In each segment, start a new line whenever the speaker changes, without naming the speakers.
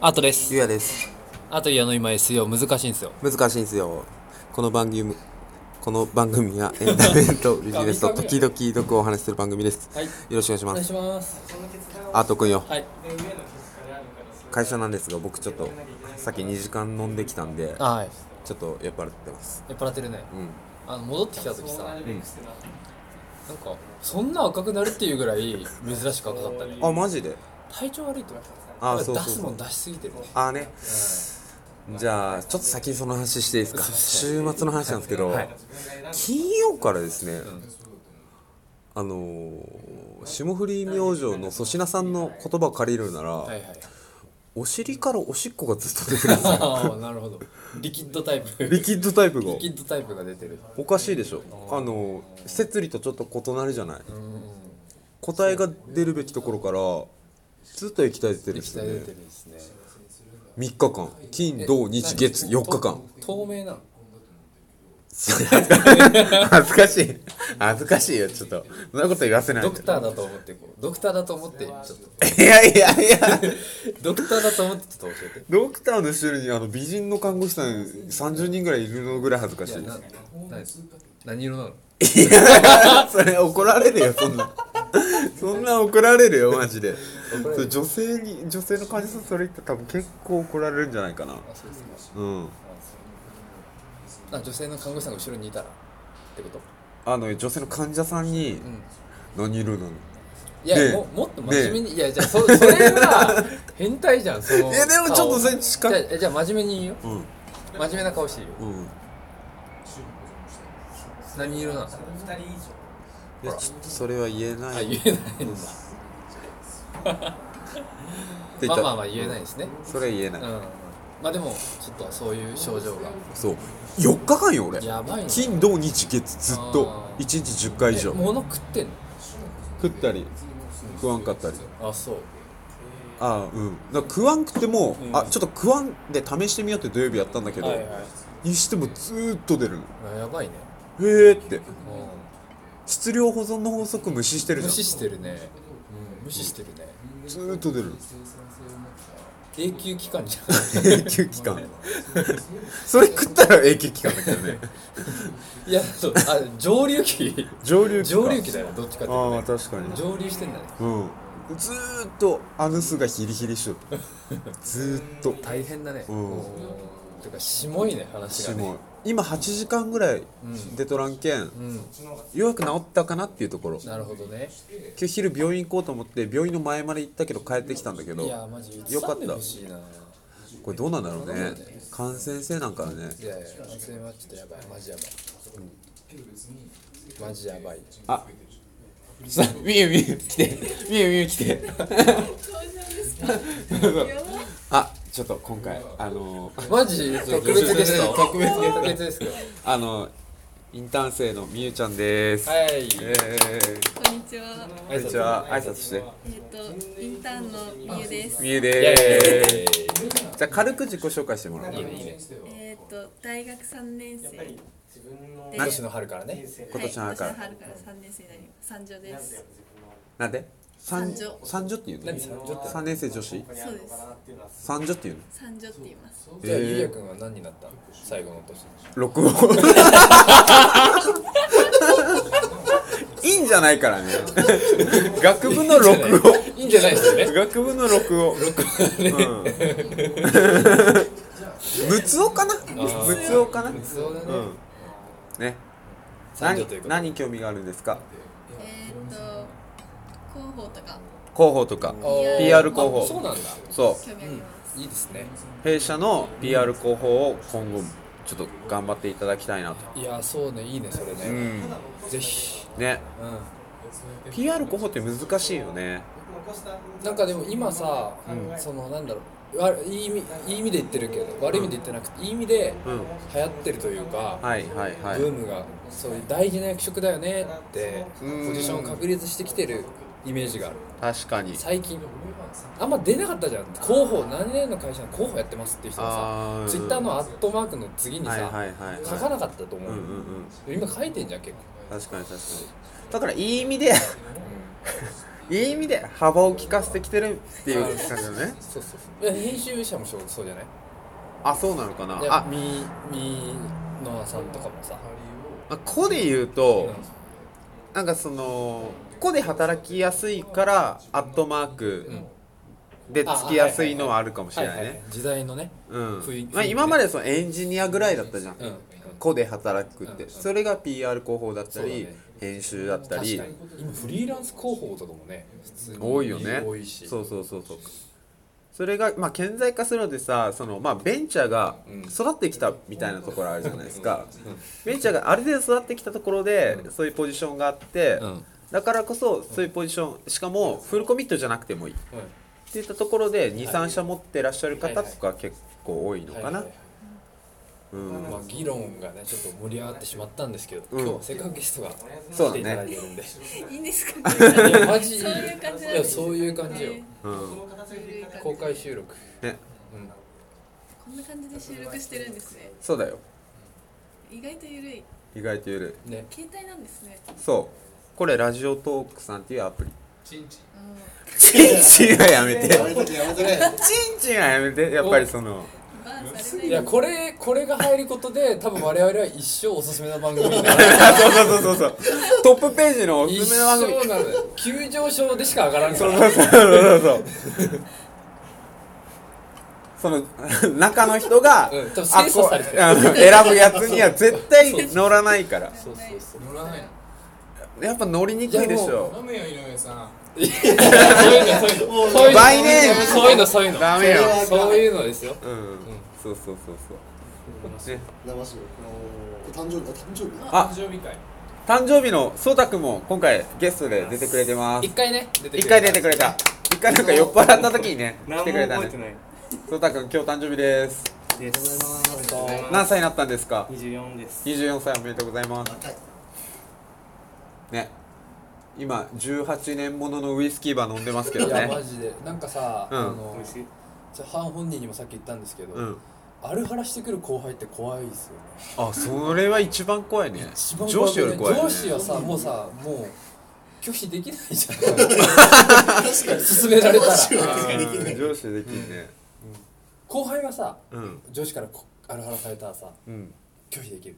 アートです
ゆうやです
アートイヤの今 SEO 難しいんですよ
難しいんですよこの番組この番組はエンターテインメン トビジネスと時々毒をお話しする番組です、
はい
よろしくお願いし
お
ま
願い
す
します
あとくんよ
はい
会社なんですが僕ちょっとさっき2時間飲んできたんで
あはい
ちょっと酔っ払ってます
酔っ払ってるね
うん
あの戻ってきた時さなん
ん
かそんな赤くなるっていうぐらい珍しく赤かったね
あマジで
体調悪いと思った
あそう
出
そう
す
そ
もん
う
出しすぎてるね
あーねじゃあちょっと先にその話していいですか週末の話なんですけど、
はい
金曜からですね、あのー霜降り明星の粗品さんの言葉を借りるなら、
はいはい
お尻からおしっこがずっと 出てるんですよ
ああなるほどリキッドタイプ
リキッドタイプが
リキッドタイプが出てる
おかしいでしょあの摂理とちょっと異なるじゃない答えが出るべきところからずっと液体出てるんで
液
すよ
体出て
ね
るんですね
3日間金土日月4日間
透明なの
恥ずかしい恥ずかしいよちょっとそんなこと言わせない
ドクターだと思ってこうドクターだと思ってちょっと
いやいやいや
ドクターだと思ってちょっと教えて
ドクターの後ろにあの美人の看護師さん30人ぐらいいるのぐらい恥ずかしい
なな何色なの
それ怒られるよそんなそんな怒られるよマジでそれ女性に女性の患者さんそれ言ったら多分結構怒られるんじゃないかな
あそうですか
うん
あ女性の看護師さんが後ろにいたらってこと
あの女性の患者さん
う
に
ん
「何いるの?」
いや、
ねえ
ももっと真面目に、いやじゃあそ それは変態じゃんその
いやでもちょっとそ
全
れ近
じゃあじゃあ真面目に言うよ
うん
真面目な顔していいよ
うん
何色なの
いやちょっとそれは言えな
あ
い
言
っ
えないん だ
て言
まあ
った
まあまあ言えないですね
それは言えな
う
い
んまあでもちょっとそういう症状が
そう4日間よ俺
やばいね
金土日月ずっと
あ
1
ー
日10回以上
物食ってんの
食ったり食わんかったり
あそう
ああうんだから食わんくても、
うん
あちょっと食わんで試してみようって土曜日やったんだけど、
はいはい
にしてもずーっと出るの
あやばいね
へえって
う
質量保存の法則無視して
ん
る
無
じ
視してるねうん無視してるね
ゃんずーっと出るの
永久期間じゃん
永久期間 それ食ったら永久期間だけどね
いやそうあ上流期
上流期間
上流期だよどっちかっていう
ああ確かに
と上流してんだね
うんずーっとアヌスがヒリヒリしよ るずーっと
大変だね
ん
もうてかしもいね話
し
がね
も今8時間ぐらい
ん
出とらんけん、
うん
ようやく治ったかなっていうところ
なるほどね
今日昼病院行こうと思って病院の前まで行ったけど帰ってきたんだけ
いや
ど
マジ
よかった
映さんでほしいな
これどうなんだろうね感染性なんかはね
いやいやそれはちょっとやばいマジやばいマジやばい
さみゆみゆ来てみゆみゆ来てあちょっと今回あ の
マジ特
別ゲスト
特別ゲスト特別ですよ
あのインターン生のみゆちゃんです、
はい
えー、
こんにちは。
こ
こんにちは挨拶して
えっ、と、インターンのみゆです。
みゆ
イエ
で
ーイ
すじゃあ軽く自己紹介してもらおう
いいね
えっ、と、大学三年生で。
今年の春からね
今年の春から
はい今年の春から三年生になります。三女です。
なんで三
三女
三女っていうの
何三女って
三年生女子
そうです。
三女っていうの
三女って言います。
じゃあ
えー
ゆうやくんは何になったの最後の年
録音いいんじゃないからね学部の録音
いいんじゃないですよね
学部の録音
録音ね
うん仏音かな
ー
仏音かなう
そうだね
んね
三女
何
ということで
何興味があるんですか
えっ、と、広報とか
広報とか
おー
PR 候補
あそうなんだ
そ
興味あります。
いいですね
う弊社の PR 広報を今後ちょっと頑張っていただきたいなと
いやそうねいいねそれ
う
ね
ん
ぜひ
ね
う
PR 候補って難しいよね
んなんかでも今さそのなんだろうわいい意味いい意味で言ってるけど悪い意味で言ってなくていい意味で
うん
流行ってるというか
はいはいはい
ブームがそういう大事な役職だよねって
うん
ポジションを確立してきてるイメージがある
確かに
最近あんま出なかったじゃん広報何年の会社の広報やってますっていう人が
あ
さ
ー
ツイッターのアットマークの次に
はいはい
さ
はい
書かなかったと思
うん
う
うんうん
今書いてんじゃん結
確かに確かにだからいい意味でいい意味で幅を利かせてきてるっていう感じだね
そうそうそういや編集者もそうそうじゃない
あそうなのかない
や
あ
みみのあさんとかもさ
まあ個で言うとなんかその個で働きやすいからアットマーク
うん
でつきやすいのはあるかもし
はい
れ
は
ない
いは
ね
い時代のね
うん
雰囲気
まあ今までそのエンジニアぐらいだったじゃん
うん
個で働くって
うん
それが PR 広報だった
そう
り
だね
編集だった
確
り
かに今フリーランス広報とかもね普通に
多いよね
多いし
そうそうそうそうそれがまあ顕在化するのでさそのまあベンチャーが
うん
育ってきたみたいなところあるじゃないですか、ベンチャーがある程度育ってきたところで、そういうポジションがあって、
うん
だからこそそういうポジションしかもフルコミットじゃなくてもいいっ
うん
ていったところで23社持ってらっしゃる方とか結構多いの
は
かな
いはいはい
うん
まあ、議論がねちょっと盛り上がってしまったんですけど、
うん
今日はせっかくゲストが
そう
来て
だね
いただいてるんで、
いいんですかそう
いやマジ
いう感じなん
いや
です
そういう感じよ
ね
うん
そういう感じ
公開収録、
ね
うん、
こんな感じで収録してるんですね
そうだよ
意外とゆるい
意外とゆる
ね
携帯なんですね
いそうこれラジオトークさんっていうアプリ
うん
チンチンはやめて
やめとけやめとけ
チンチンはやめてやっぱりその
バーンされない
いやこれこれが入ることで多分我々は一生おすすめの番組になる
そうそうそうそうトップページ のお
一
すすめの番組
生なのよ急上昇でしか上がらんから
そうそうそうそうその中の人が、
うん多分
あ
精査
こ
されてる
あの選ぶやつには絶対乗らないから
そうそうそう
乗らないの
やっぱ乗りにくいでしょ
飲めよ井上さ
そういうの
売年
そういうのそういうの
ダメよ
そういうのですよ
うん、そうそうそうそう、ね、
ん騙しよあのー誕生日あ誕生日
あ
誕生日会
誕生日のそうたくんも今回ゲストで出てくれてます
一回ね出て
一回出てくれた一回なんか酔っ払った時にね来
何も
てくれた
覚えて
ね
ない
そうたくん今日誕生日です
で
おめですとうございます
何歳になったんですか
24です
24歳おめでとうございます
若い
ね今18年もののウイスキーバー飲んでますけど
いやマ
ね
ジでなんかさ、
うん
あ
美
の
味しい
じゃあハン本人にもさっき言ったんですけど、
うん
あるはらしてくる後輩って怖いですよね
あそれは一番怖いね
一番
上
怖く
司
な
より怖い、ね、
上司はさもうさもう拒否できないじゃん確かに勧められたら
うん上司できんね
後輩はさ
うん
上司からこあるはらされたらさ
うん
拒否できる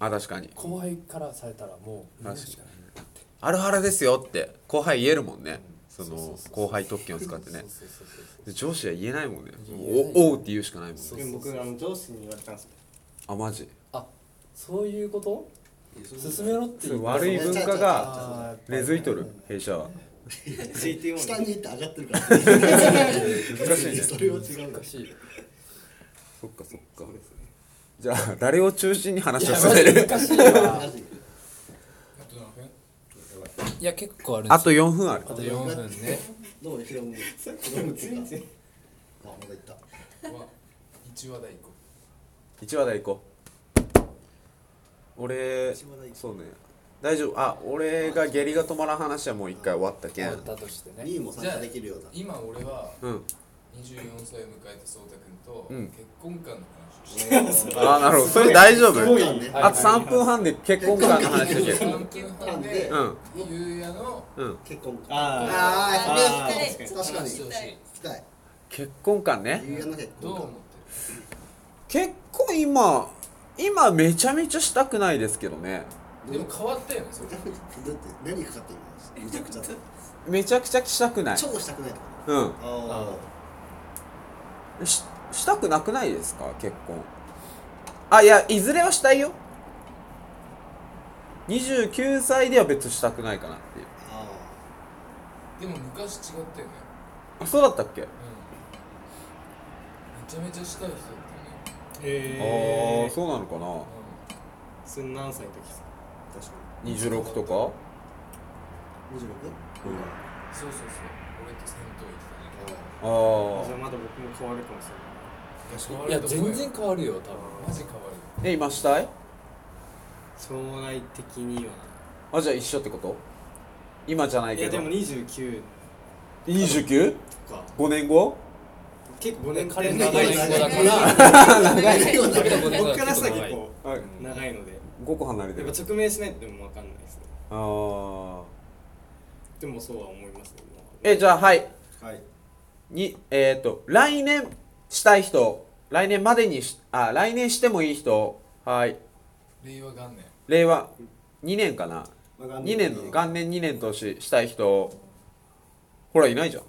あ確かに
後輩からされたらもう無理しかない
あるはらですよって後輩言えるもんねそ
そう
の
そうそう
後輩特権を使ってね
そうそうそうそう
で上司は言えないもんね
言えない
おおうって言うしかないもん
そう
ね
でも僕あの上司に言われたんですよ
あマジ
あそういうこと勧めろって言
そうう悪い文化が
あー
根付いとる弊社は
CTO
下
に
に行って上がってるから
難しいね
それは違う
おかしい
そっかそっかじゃあ誰を中心に
い
話を
や
さ
マ
せ
ジ
る
難しいわ
マジ
いや結構あるんです
あと4分ある
あと4分ね
どうもねヒロムヒロムついたあまだ行った
一話題行こ
一話題行こう俺
一話題行こう
そうね大丈夫あ俺が下痢が止まらん話はもう一回終わったけ
終
ん
わったとしてね
ミーも参加できるようだ
今俺は
うん
24歳を迎えた颯太君と
うん
結婚観の話をして
あなるほどそれ大丈
そう
夫
だね
あと3分半で結婚観の話できる
3分半で
うん
ゆうやの
うん
結婚か
あ
あ
ー
ー
あー
確かに確かに
して
行
ほしい
きたい
結婚観ね
夕方の結
どう
婚
思っ
か
て
結婚今今めちゃめちゃしたくないですけどね
るでも変わったよねそれ
だって何かかってるのめちゃくちゃ
めちゃくちゃしたくない
超したくないとか
うん
あ
ししたくなくないですか結婚あいやいずれはしたいよ29歳では別にしたくないかなっていう
ああ
でも昔違ったよね
あそうだったっけ、
めちゃめちゃしたい人だったよね
へ
ああそうなのかな
う
ーそれ何歳の時ですか
確か
26とか
に26
んそうそうそう俺と銭
あ
あじゃ
あ
あまだ僕も変わるかもし
湯行ってたね
いや全然変わるよ多分
マジ変わるよ
え今したい
れない将来的には
あじゃあ一緒ってこと今じゃない
い
け
やで
ど
も29
29?5 年後
結構5年
彼
間
の
長
長
い
い子
です
ね
ね
だから
長いよ
彼の
ね
子
僕から
だ
したら
ら
結構
はい
長いので
5個離れて
やっ
る
ぱ直面しないとでも分かんないですね
ああ
でもそうは思いますね
えじゃあはい
はい
にえっ、と来年したい人来年までにしあ来年してもいい人はい
令和元年
令和2年かな
まあ
2年の元年2年とししたい人ほらいないじゃん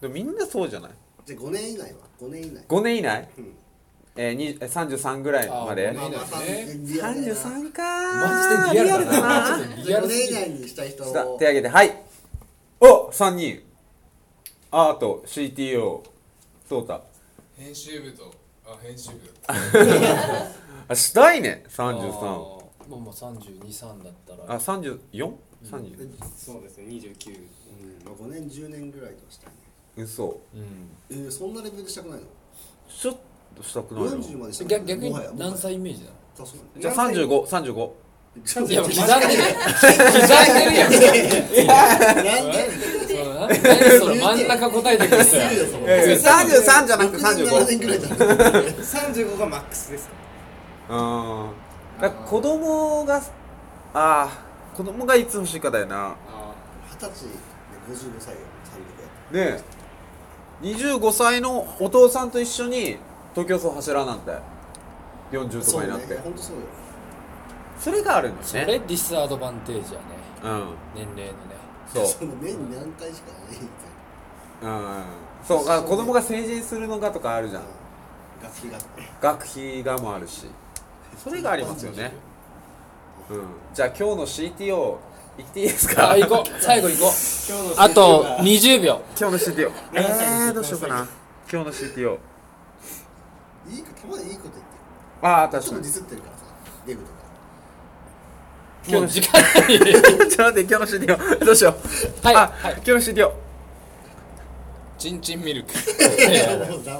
でもみんなそうじゃない
じゃあ5年以内は5年以内
5年以内、
うん
えー、に33ぐらいま
あ
で
五年以内
まあ
ね
リアルだな
33か
マ
ー
ジでリアル
だ
だな
な
ちょっとリア
5
ルす
年以
ぎる
内にしたい人
した
を
手挙げてはいお三3人アート CTO そうた
編集部とあ編集部
あしたいね33
も
もうもう323だった
あ
ら
三 34?30
うそうですね29
うんまあ、5年10年ぐらいとしたいね
嘘
うん
えー、そんなレベルでしたくないの
ちょっとしたくないな
40までしたくない
逆逆に何歳イメージなの
確かに
じゃあ3535 35
いや刻んでる
マジ
刻んでるやん
かなんで
そうな何その真ん中答えてくる人や
よそれ
え33じゃなくて
67年ぐら
35
いじゃん
35がマックスです
ああ子供がああ子供がいつ欲しいかだよな
あ
二十歳で55歳を単独やっ
ねえ25歳のお父さんと一緒に東京走走らなんて40
て
とかになって
ね、本当そうよ
それがあるんだ
そ
よ
れ
ね
ディスアドバンテージやね
うん
年齢のね
そう
その年に何回しかないみたい
うんそうあ子供が成人するのがとかあるじゃ
なん楽器が
学費がもあるしそれがありますよねうんじゃあ今日の CTO 行っていいですか
あ行
今
こう最後行こう
今日の
あと20秒
日の CTO えーどうしようかな今日の CTO
いいかたまにいいこと言って
ああ
るち
確
ょ
か
っと
に
ディ
ち
スってるからさデブとか
もう時間ない
ょっと待って今日の CTO どうしよう
はい
あ
はい
今日の CTO
チンチンミルク
いやいや
もうダメ